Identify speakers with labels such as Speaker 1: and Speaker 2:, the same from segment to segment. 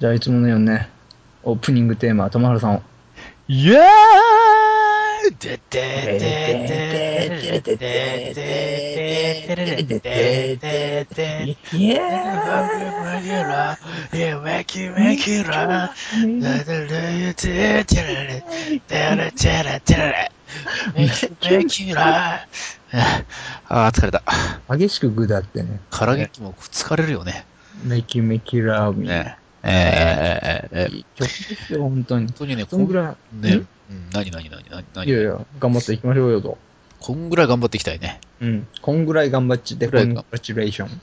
Speaker 1: じゃあいつものようにね、オープニングテーマ、友原さんを。
Speaker 2: イエーイでででででででででででで
Speaker 1: イエ
Speaker 2: ああ、疲れた。
Speaker 1: 激しくグダってね。
Speaker 2: 唐揚げ機も疲れるよね。
Speaker 1: メキメキラーミー。
Speaker 2: ねえ。ええ、ええ、
Speaker 1: いい曲ですよ、本当に
Speaker 2: 本。当にね、
Speaker 1: そのぐらい。
Speaker 2: ね、うん、何何何何
Speaker 1: いやい
Speaker 2: 何
Speaker 1: や、頑張っていきましょうよと。
Speaker 2: こんぐらい頑張っていきたいね。
Speaker 1: うん。こんぐらい頑張っちって、
Speaker 2: こんぐらい
Speaker 1: コン
Speaker 2: か
Speaker 1: グラチュレーション。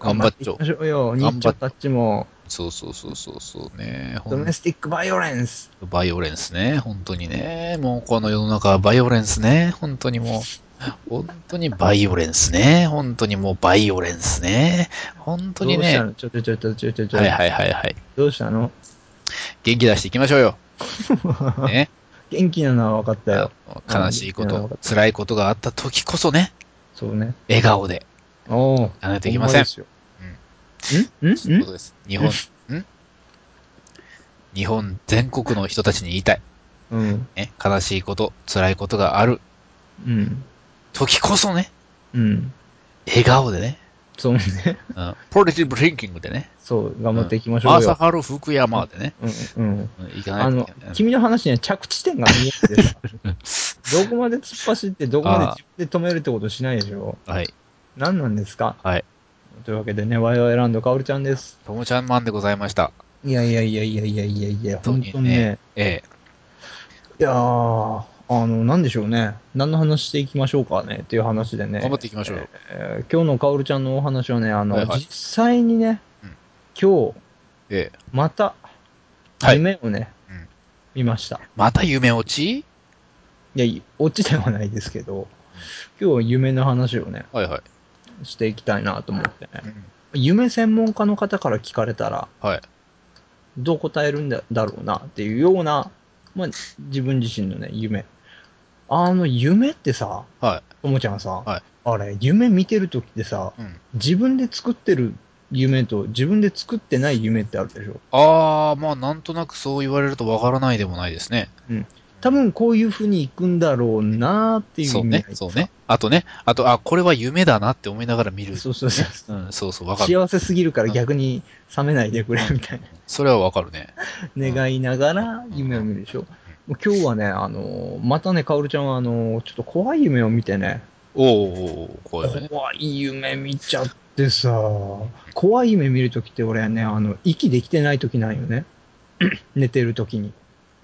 Speaker 2: 頑張っち
Speaker 1: い
Speaker 2: ょ
Speaker 1: きましょうよ。日朝たちも、
Speaker 2: そうそうそうそうそうね。ほ
Speaker 1: ド
Speaker 2: ん
Speaker 1: メスティックバイオレンス。
Speaker 2: バイオレンスね。本当にね。もうこの世の中はバイオレンスね。本当にもう。本当にバイオレンスね。本当にもうバイオレンスね。本当にね。
Speaker 1: ど
Speaker 2: は
Speaker 1: うしたのちょちょちょちょちょちょちょ。
Speaker 2: いはいはいはい。
Speaker 1: どうしたの
Speaker 2: 元気出していきましょうよ。ね。
Speaker 1: 元気なのは分かったよ。
Speaker 2: 悲しいこ
Speaker 1: うん
Speaker 2: と、辛いことがあった時こそね。
Speaker 1: そうね。
Speaker 2: 笑顔で。
Speaker 1: おお。
Speaker 2: やらないといけませ
Speaker 1: ほま
Speaker 2: ん
Speaker 1: です
Speaker 2: そうい
Speaker 1: よ。ん
Speaker 2: うんこ
Speaker 1: ん
Speaker 2: とです。日本、ん日本全国の人たちに言いたい。
Speaker 1: うん。
Speaker 2: ね。悲しいこと、辛いことがある
Speaker 1: うん。
Speaker 2: 時こそね。
Speaker 1: うん。
Speaker 2: 笑顔でね。
Speaker 1: そうね。
Speaker 2: うんポジティブ・リンキングでね。
Speaker 1: そう、頑張っていきましょ
Speaker 2: マ
Speaker 1: う
Speaker 2: サ
Speaker 1: よ。
Speaker 2: ハル・福山でね。
Speaker 1: うんうん。
Speaker 2: うん行か
Speaker 1: あ
Speaker 2: ない
Speaker 1: の
Speaker 2: といけない。、
Speaker 1: 君の話には着地点が見えてさ、 どこまで突っ走って、どこまで自分で止めるってことしないでしょ。
Speaker 2: はい。
Speaker 1: 何なんですか
Speaker 2: はい。
Speaker 1: というわけでね、ワイワイランドかおるちゃんです。
Speaker 2: ともちゃんマンでございました。
Speaker 1: いやいやいやいやいやいやいや、本
Speaker 2: 本当にね
Speaker 1: 当にね、
Speaker 2: ええ。
Speaker 1: いやー、あの、なんでしょうね。何の話していきましょうかねっていう話でね。
Speaker 2: 頑張っていきましょうよ。
Speaker 1: えー今日のかおるちゃんのお話はね、あの、
Speaker 2: はいはい
Speaker 1: 実際にね
Speaker 2: うん、
Speaker 1: 今日、
Speaker 2: ええ。
Speaker 1: また、
Speaker 2: はい
Speaker 1: 夢をね、
Speaker 2: うん
Speaker 1: 見ました。
Speaker 2: また夢落ち
Speaker 1: いや、落ちではないですけど、今日は夢の話をね、
Speaker 2: はいはい。
Speaker 1: していきたいなと思ってね
Speaker 2: う。ん
Speaker 1: 夢専門家の方から聞かれたら、
Speaker 2: はい。
Speaker 1: どう答えるんだだろうなっていうような、まあ、自分自身のね、夢。あの、夢ってさ、
Speaker 2: は
Speaker 1: ともちゃんさ、
Speaker 2: はい
Speaker 1: あれ、夢見てるときってさ、
Speaker 2: い。うん。
Speaker 1: 自分で作ってる夢と自分で作ってない夢ってあるでしょ。
Speaker 2: あー、まあなんとなくそう言われるとわからないでもないですね。
Speaker 1: 多分こういう風に行くんだろうなっていう
Speaker 2: そう
Speaker 1: 意味合い
Speaker 2: ね
Speaker 1: で。さ
Speaker 2: そうね。。あとね、あと、あ、これは夢だなって思いながら見る。
Speaker 1: そうそうそう。
Speaker 2: うん、そうそう、わかる。
Speaker 1: 幸せすぎるから逆に冷めないでくれみたいな。
Speaker 2: それはわかるね。
Speaker 1: 願いながら夢を見るでしょ。もう今日はね、あのーまたね、かおるちゃんは、あのーちょっと怖い夢を見てね、
Speaker 2: おーおーおー、怖いよね。
Speaker 1: 怖い夢見ちゃってさ、怖い夢見るときって俺はね、あの、息できてないときなんよ ね。寝てるときに。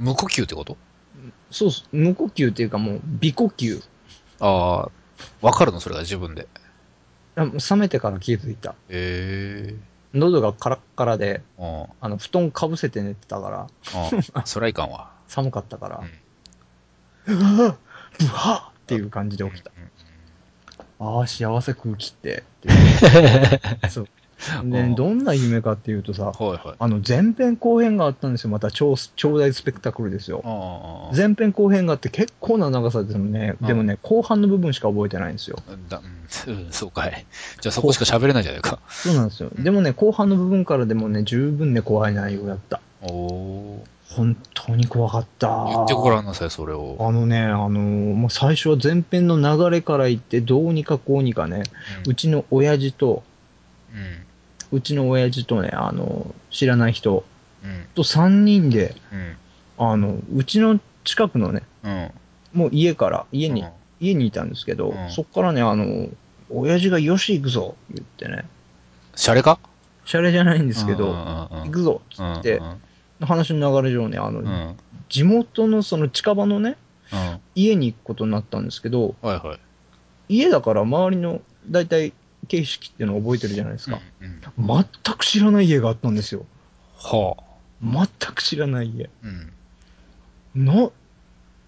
Speaker 2: 無呼吸ってこと
Speaker 1: そうそう、無呼吸っていうかもう、微呼吸。
Speaker 2: あー、わかるのそれが自分で。
Speaker 1: あもう冷めてから気づいた。
Speaker 2: え
Speaker 1: 喉がカラッカラで、
Speaker 2: えー。うん。
Speaker 1: あの、布団かぶせて寝てたから、
Speaker 2: あ、 それはいかんわ。
Speaker 1: 寒かったから
Speaker 2: うん、
Speaker 1: うわぁ、ぶわぁっていう感じで起きた。
Speaker 2: うんうん
Speaker 1: ああ、幸せ空気 って。そう。
Speaker 2: う
Speaker 1: で、
Speaker 2: ん
Speaker 1: どんな夢かっていうとさ、
Speaker 2: はいはい。
Speaker 1: あの、前編後編があったんですよ。また超、超大スペクタクルですよ。
Speaker 2: あ
Speaker 1: 前編後編があって結構な長さですもんね。
Speaker 2: うん
Speaker 1: でもね、後半の部分しか覚えてないんですよ。
Speaker 2: あ。だうん、 うんそうかい。じゃあそこしか喋れないじゃないか。
Speaker 1: そうなんですよ。
Speaker 2: うん
Speaker 1: でもね、後半の部分からでもね、十分ね、怖い内容だった。
Speaker 2: おー。
Speaker 1: 本当に怖かった。
Speaker 2: 言ってごらんなさい、それを。
Speaker 1: あのね、あのーもう最初は前編の流れから言って、どうにかこうにかね、
Speaker 2: うん
Speaker 1: うちの親父と、
Speaker 2: うん。
Speaker 1: うちの親父とね、あのー知らない人
Speaker 2: うん。
Speaker 1: と3人で、
Speaker 2: うん。
Speaker 1: あの、うちの近くのね、
Speaker 2: うん。
Speaker 1: もう家から、家に、
Speaker 2: うん
Speaker 1: 家にいたんですけど、
Speaker 2: うん
Speaker 1: そっからね、あの、親父がよし行くぞ言ってね、
Speaker 2: シャレか
Speaker 1: シャレじゃないんで
Speaker 2: です
Speaker 1: けど、行
Speaker 2: 行
Speaker 1: くぞっつ
Speaker 2: っ
Speaker 1: って
Speaker 2: う、ん。
Speaker 1: 話の流れ上ね、あの、
Speaker 2: うん。うん。
Speaker 1: 地元のその近場のね、
Speaker 2: うん
Speaker 1: 家に行くことになったんですけど、
Speaker 2: はいはい。
Speaker 1: 家だから周りの大体景色っていうのを覚えてるじゃないですか。
Speaker 2: うんうん
Speaker 1: 全く知らない家があったんですよ。
Speaker 2: はあ。
Speaker 1: 全く知らない家。
Speaker 2: うん。
Speaker 1: な、ああ、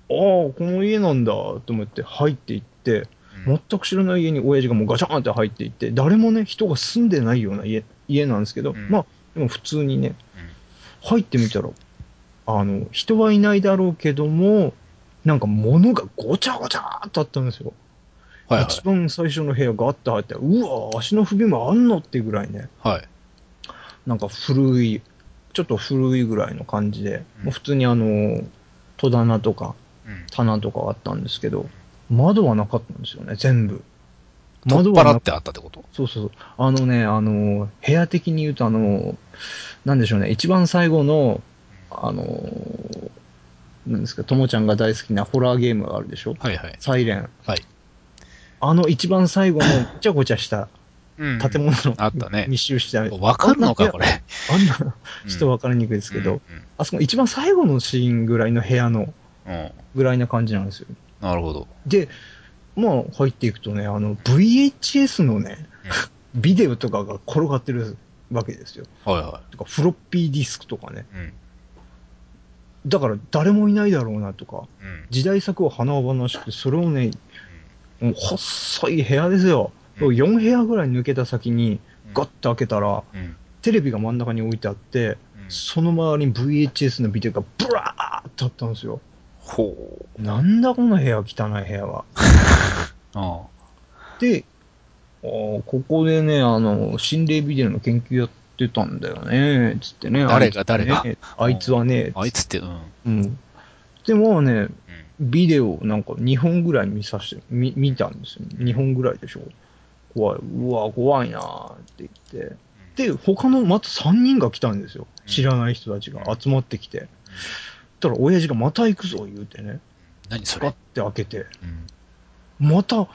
Speaker 1: この家なんだと思って入っていって、
Speaker 2: うん
Speaker 1: 全く知らない家に親父がもうガチャンって入っていって、誰もね、人が住んでないような家家なんですけど、
Speaker 2: うん
Speaker 1: まあ、でも普通にね、入ってみたら、あの、人はいないだろうけども、なんか物がごちゃごちゃーっとあったんですよ。
Speaker 2: はい
Speaker 1: 一番最初の部屋があって入って、うわー足の踏みもあんのっていうぐらいね、
Speaker 2: はい。はい。
Speaker 1: なんか古い、ちょっと古いぐらいの感じで、
Speaker 2: うん
Speaker 1: もう普通にあの、戸棚とか
Speaker 2: うん。
Speaker 1: 棚とかあったんですけど、窓はなかったんですよね、全部。
Speaker 2: 取
Speaker 1: 窓
Speaker 2: っ
Speaker 1: は
Speaker 2: 払
Speaker 1: な
Speaker 2: ってあったってこと
Speaker 1: そうそうそう。あのね、あの、部屋的に言うと、あの、なんでしょうね、一番最後の、あの、なんですか、ともちゃんが大好きなホラーゲームがあるでしょ
Speaker 2: はいはい。
Speaker 1: サイレン。
Speaker 2: はい。
Speaker 1: あの一番最後のごちゃごちゃした
Speaker 2: うん
Speaker 1: 建物の、
Speaker 2: あったね
Speaker 1: 密集した。
Speaker 2: わかるのか、こ
Speaker 1: れ。
Speaker 2: れ。
Speaker 1: あんな、ちょっと
Speaker 2: は
Speaker 1: わかりにくいですけど、。
Speaker 2: うん
Speaker 1: あそこ一番最後のシーンぐらいの部屋の、
Speaker 2: うんうん。
Speaker 1: ぐらいな感じなんですよ。
Speaker 2: なるほど。
Speaker 1: で、まあ入っていくとね、あの VHS のね、ビデオとかが転がってるわけですよ。
Speaker 2: はいは
Speaker 1: とかフロッピーディスクとかね。
Speaker 2: い。うん。
Speaker 1: だから誰もいないだろうなとか、
Speaker 2: うん。
Speaker 1: 時代作を華々しく、それをね、もう細い部屋ですよ。
Speaker 2: うん
Speaker 1: 4部屋ぐらい抜けた先に、ガッと開けたら、
Speaker 2: うん。
Speaker 1: テレビが真ん中に置いてあって、
Speaker 2: うん
Speaker 1: その周りに VHS のビデオがブラーっとあったんですよ。
Speaker 2: ほう。
Speaker 1: なんだこの部屋、汚い部屋は。
Speaker 2: あ
Speaker 1: で、あーここでね、あの、心霊ビデオの研究やってたんだよね、つってね。
Speaker 2: 誰が
Speaker 1: あいつはね
Speaker 2: 誰
Speaker 1: あいつはね、
Speaker 2: あ。あいつって、うん。うん。
Speaker 1: うん。でもね、ビデオなんか2本ぐらい見さして、見見たんですよ。2本ぐらいでしょ。怖い。うわ、怖いなーって言って。で、他のまた3人が来たんですよ。知らない人たちが集まってきて。たら、親父がまた行くぞ言うてね。
Speaker 2: 何そ
Speaker 1: ガッ
Speaker 2: れ
Speaker 1: て開けて、
Speaker 2: うん。
Speaker 1: また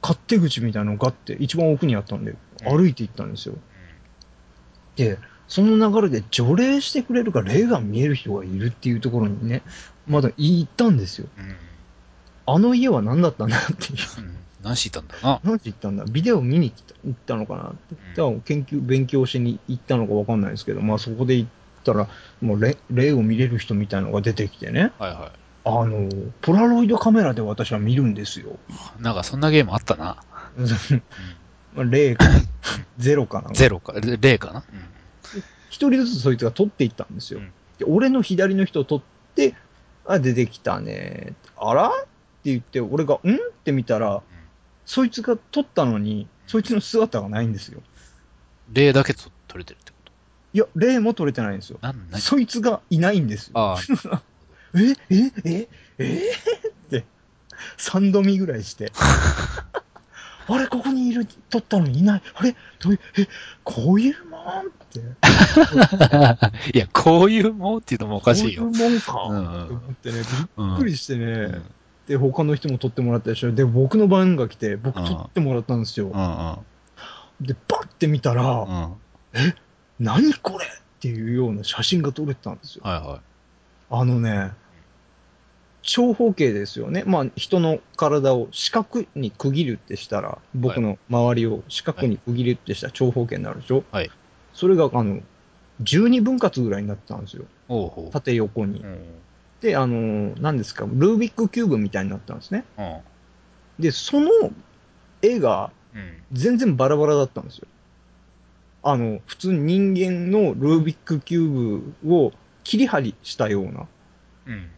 Speaker 1: 勝手口みたいなのがあって、一番奥にあったんで、
Speaker 2: うん
Speaker 1: 歩いて行ったんですよ。で、その流れで除霊してくれるか霊が見える人がいるっていうところにね、まだ言い行ったんですよ。
Speaker 2: うん。
Speaker 1: あの家は何だったんだっていう。
Speaker 2: うん。何してたんだろうな。
Speaker 1: なんて言ったんだビデオ見に来た行ったのかなって。だから研究、勉強しに行ったのかわかんないですけど、まあそこで行ったら、もう霊霊を見れる人みたいのが出てきてね、
Speaker 2: はいは
Speaker 1: あの、ポラロイドカメラで私は見るんですよ。
Speaker 2: い。なんかそんなゲームあったな。
Speaker 1: まあ 霊か、ゼロかなんか。
Speaker 2: ゼロか、れ0かな。
Speaker 1: 一人ずつそいつが撮っていったんですよ
Speaker 2: うん。
Speaker 1: で俺の左の人を撮って、あ、出てきたね。あらって言って、俺が、んって見たら、そいつが撮ったのに、そいつの姿がないんですよ。
Speaker 2: 0だけと取れてるってこ
Speaker 1: いや、霊も撮れてないんですよ
Speaker 2: と。。なん、何
Speaker 1: そいつがいないんですよ。
Speaker 2: ああ、
Speaker 1: えええええって、三度見ぐらい して。あれ、ここにいる、撮ったのにいない。あれどういう、え、こういうもんって。
Speaker 2: いや、こういうもんっていうのもおかしいよ。
Speaker 1: こういうもんか。
Speaker 2: うんう
Speaker 1: と
Speaker 2: ん
Speaker 1: 思ってね、
Speaker 2: う
Speaker 1: び
Speaker 2: ん。
Speaker 1: っくりしてね、
Speaker 2: うん
Speaker 1: で、他の人も撮ってもらったでしょ。で、僕の番が来て、僕撮ってもらったんですよ。
Speaker 2: うんうん
Speaker 1: で、バッて見たら、
Speaker 2: うん。はい
Speaker 1: 何これっていうような写真が撮れてたんですよ。
Speaker 2: は
Speaker 1: あのね、長方形ですよね。まあ、人の体を四角に区切るってしたら、僕の周りを四角に区切るってしたら長方形になるでしょ
Speaker 2: はい。
Speaker 1: それが、あの、12分割ぐらいになってたんですよ。
Speaker 2: い。おうほ
Speaker 1: 縦横に
Speaker 2: う。う。ん
Speaker 1: で、あの、何ですか、ルービックキューブみたいになったんですね。
Speaker 2: うん。
Speaker 1: で、その絵が
Speaker 2: うん。
Speaker 1: 全然バラバラだったんですよ。あの、普通に人間のルービックキューブを切り張りしたような、
Speaker 2: うん。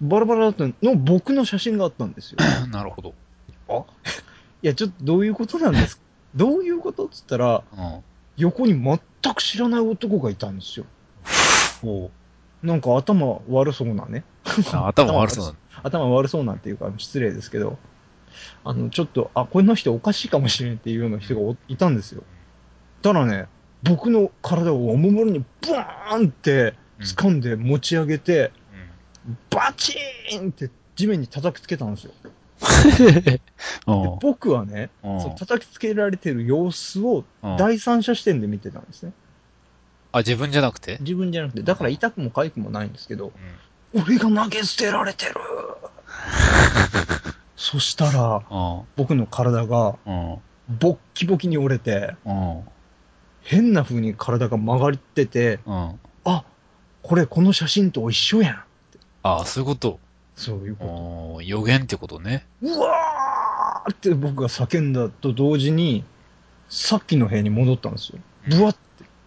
Speaker 1: バラバラだったの、僕の写真があったんですよ。
Speaker 2: なるほど。
Speaker 1: あいや、ちょっとどういうことなん ですかどういうことっつったら、
Speaker 2: うん。
Speaker 1: 横に全く知らない男がいたんですよ。
Speaker 2: おう
Speaker 1: なんか頭悪そうなね。
Speaker 2: あ頭悪そう
Speaker 1: 頭悪そうなっていうか失礼ですけど、あの、ちょっと、あ、この人おかしいかもしれんっていうような人がおいたんですよ。ただね、僕の体をおもむろにブーンって掴んで持ち上げて、バチーンって地面に叩きつけたんですよ。で
Speaker 2: だ。うん。
Speaker 1: 僕はね、
Speaker 2: うん
Speaker 1: その叩きつけられてる様子を
Speaker 2: うん
Speaker 1: 第三者視点で見てたんですね。
Speaker 2: あ、自分じゃなくて
Speaker 1: 自分じゃなくて、だから痛くも痒くもないんですけど、俺が投げ捨てられてる そしたら、
Speaker 2: うん。
Speaker 1: 僕の体が
Speaker 2: うん。
Speaker 1: ボッキボキに折れて、
Speaker 2: うん。
Speaker 1: 変な風に体が曲がってて、
Speaker 2: うん。
Speaker 1: あ、これこの写真と一緒やん。
Speaker 2: ああ、そういうこと。
Speaker 1: そういうこ
Speaker 2: うん予言ってことね。
Speaker 1: と。うわーって僕が叫んだと同時に、さっきの部屋に戻ったんですよ。ブワッて。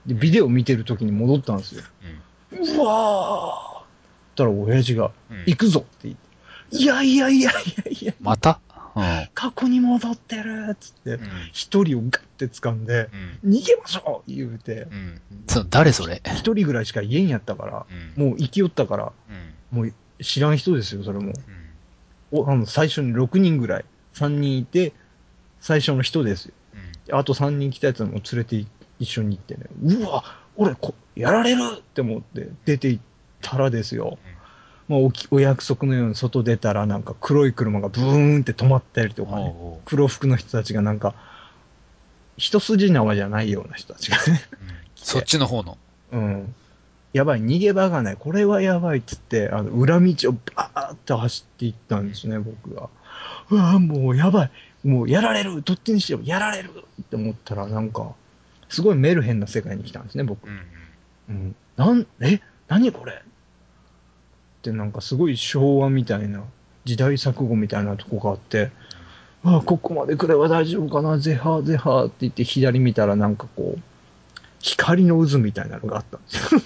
Speaker 1: で、ビデオ見てる時に戻ったんですよ。うわーったら親父が、
Speaker 2: うん
Speaker 1: 行くぞって言って。いやいやいやいやいや、
Speaker 2: またうん
Speaker 1: 過去に戻ってるっつって
Speaker 2: う、ん
Speaker 1: 一人をガッて掴んで、
Speaker 2: うん
Speaker 1: 逃げましょう言うて、
Speaker 2: うんそう誰それ
Speaker 1: 一人ぐらいしか家にやったから、
Speaker 2: うん
Speaker 1: もう生きよったから、
Speaker 2: うん
Speaker 1: もう知らん人ですよ、それも。
Speaker 2: うん
Speaker 1: おあの最初に6人ぐらい、3人いて、最初の人ですよ。
Speaker 2: うん
Speaker 1: あと3人来たやつも連れて一緒に行ってね、うわ、俺こ、やられるって思って出て行ったらですよ、まあ、おきお約束のように外出たら、なんか黒い車がブーンって止まったりとか
Speaker 2: お
Speaker 1: ね、
Speaker 2: うおう
Speaker 1: 黒服の人たちがなんか、一筋縄じゃないような人たちがね、
Speaker 2: そっちの方の。
Speaker 1: うん、やばい、逃げ場がない、これはやばいっつって、あの裏道をバーって走っていったんですね、僕が。うわ、もうやばい、もうやられる、どっちにしてもやられるって思ったら、なんか、すごいメルヘンな世界に来たんですね、僕。うん、なんえ何これって、なんかすごい昭和みたいな、時代錯誤みたいなとこがあって、ああ、ここまで来れば大丈夫かな、ゼハーゼハーって言って、左見たら、なんかこう、光の渦みたいなのがあったんですよ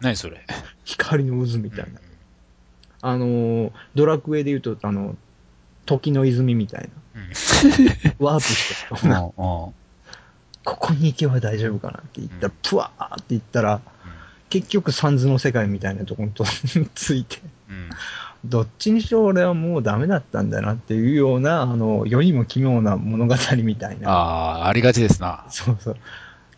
Speaker 2: 何それ
Speaker 1: 光の渦みたいな。あのードラクエで言うと、あの、時の泉みたいな。ワープして、
Speaker 2: うん
Speaker 1: ここに行けば大丈夫かなって言ったら、プワーって言ったら、結局サンズの世界みたいなところにと ついて、
Speaker 2: うん
Speaker 1: どっちにしろ俺はもうダメだったんだなっていうような、あの、世にも奇妙な物語みたい
Speaker 2: あ
Speaker 1: な。
Speaker 2: あ、ありがちですな。
Speaker 1: そうそう。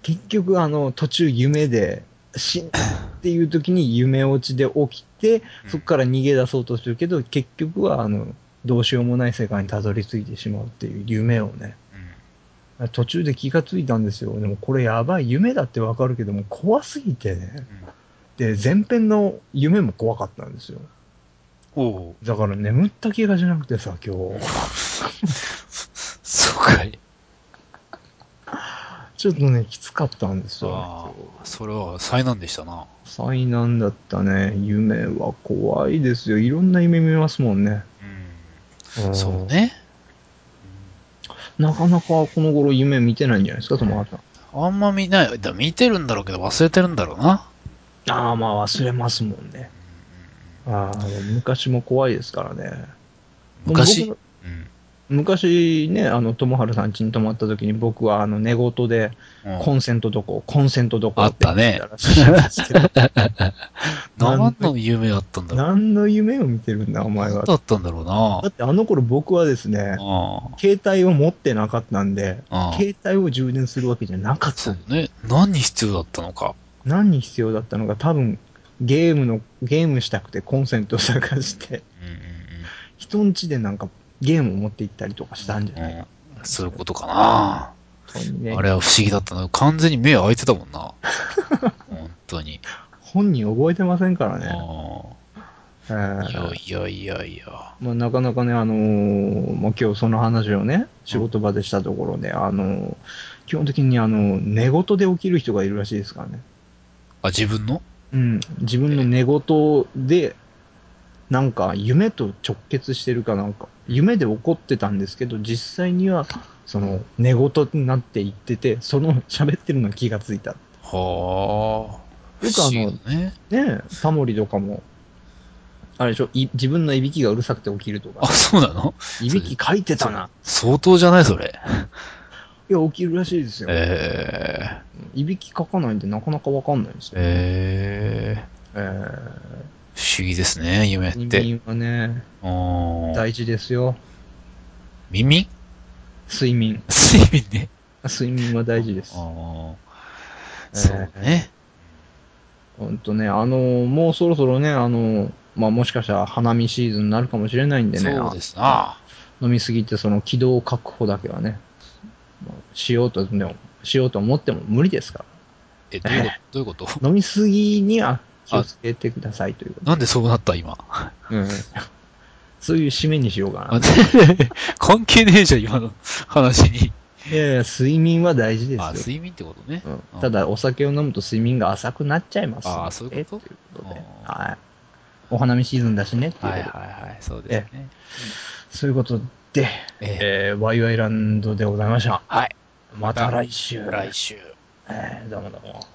Speaker 1: 結局、あの、途中夢で、死んだっていう時に夢落ちで起きて、そこから逃げ出そうとするけど、結局はあのどうしようもない世界にたどり着いてしまうっていう夢をね、途中で気がついたんですよ。でもこれやばい、夢だってわかるけども、怖すぎてね。で、前編の夢も怖かったんですよ。
Speaker 2: おおう、
Speaker 1: だから眠った気がしなくてさ、今日。
Speaker 2: そうかい。
Speaker 1: ちょっとね、きつかったんです
Speaker 2: あ
Speaker 1: よ。
Speaker 2: あ、それは災難でしたな。
Speaker 1: 災難だったね。夢は怖いですよ。いろんな夢見ますもんね。ん
Speaker 2: そう。ね。
Speaker 1: なかなかこの頃夢見てないんじゃないですか、友達さん。
Speaker 2: あんま見ない。だ見てるんだろうけど忘れてるんだろうな。
Speaker 1: ああ、まあ忘れますもんね。ああ、昔も怖いですからね。
Speaker 2: 昔
Speaker 1: 僕。昔ね、あの、友春さん家に泊まった時に僕はあの寝言で、
Speaker 2: うん
Speaker 1: コンセントどこ、コンセントどこ
Speaker 2: あった
Speaker 1: 言
Speaker 2: ね
Speaker 1: たらしいんですけど
Speaker 2: 何の夢あったんだろう。
Speaker 1: 何の夢を見てるんだ、お前
Speaker 2: 何
Speaker 1: は。
Speaker 2: だったんだろうな
Speaker 1: だ。ってあの頃僕はですね、
Speaker 2: あ
Speaker 1: 携帯を持ってなかったんで、
Speaker 2: あ。
Speaker 1: 携帯を充電するわけじゃなかった
Speaker 2: そ。うね。何に必要だったのか。
Speaker 1: 何に必要だったのか、多分、ゲームの、ゲームしたくてコンセントを探して、人ん家でなんかゲームを持って行ったりとかしたんじゃないか
Speaker 2: うんそういうことかな。
Speaker 1: 本当にね
Speaker 2: あれは不思議だったな。完全に目開いてたも んな。本当に。
Speaker 1: 本人覚えてませんから
Speaker 2: あ
Speaker 1: ね。え
Speaker 2: あいや
Speaker 1: ー
Speaker 2: いやいやいや。
Speaker 1: まあ、なかなかね、あのーまあ、今日その話をね、仕事場でしたところで、あのー基本的に、あのー寝言で起きる人がいるらしいですからね。
Speaker 2: あ、自分の
Speaker 1: うん、自分の寝言で、なんか夢と直結してるかなんか、夢で起こってたんですけど、実際には、その寝言になって言ってて、その喋ってるのに気がついた。
Speaker 2: はあ。
Speaker 1: よくあの
Speaker 2: 不思議だね。
Speaker 1: ねえ、タモリとかも、あれでしょ、い自分のいびきがうるさくて起きると
Speaker 2: あ、
Speaker 1: か、
Speaker 2: そうなの
Speaker 1: いびきかいてたな。
Speaker 2: 相当じゃないそれ。
Speaker 1: いや、起きるらしいですよ。
Speaker 2: え
Speaker 1: いびきかかないんでなかなかわかんないです
Speaker 2: ー、
Speaker 1: ね。
Speaker 2: え
Speaker 1: えー、
Speaker 2: ー、不思議ですね、夢って。
Speaker 1: 耳はね、
Speaker 2: うん
Speaker 1: 大事ですよ。
Speaker 2: 耳
Speaker 1: 睡眠。
Speaker 2: 睡眠ね。
Speaker 1: 睡眠は大事です。
Speaker 2: うん
Speaker 1: えー
Speaker 2: そうね。
Speaker 1: ほんとね、あのーもうそろそろね、あのーまあ、もしかしたら花見シーズンになるかもしれないんでね、
Speaker 2: そうですな。
Speaker 1: 飲みすぎてその軌道確保だけはね、まあしようと、でも、しようと思っても無理ですか
Speaker 2: え、どういう ことどういうこと
Speaker 1: ら。飲みすぎには気をつけてくださいということ。
Speaker 2: なんでそうなった今。
Speaker 1: うん、 そういう締めにしようかな。
Speaker 2: あで 関係ねえじゃん、今の話に。
Speaker 1: いやいや、睡眠は大事ですよ。
Speaker 2: あ、睡眠ってことね。
Speaker 1: うん
Speaker 2: うん
Speaker 1: ただ、お酒を飲むと睡眠が浅くなっちゃいますので。
Speaker 2: あーそういうこと
Speaker 1: いうことで。
Speaker 2: あ
Speaker 1: はい。お花見シーズンだしねっていうことで、
Speaker 2: はいはいはい、そうですね。
Speaker 1: そういうことで、
Speaker 2: ええ
Speaker 1: えー、ワイワイランドでございました。
Speaker 2: はい。
Speaker 1: また来週。
Speaker 2: 来週。
Speaker 1: えー、どうもどうも。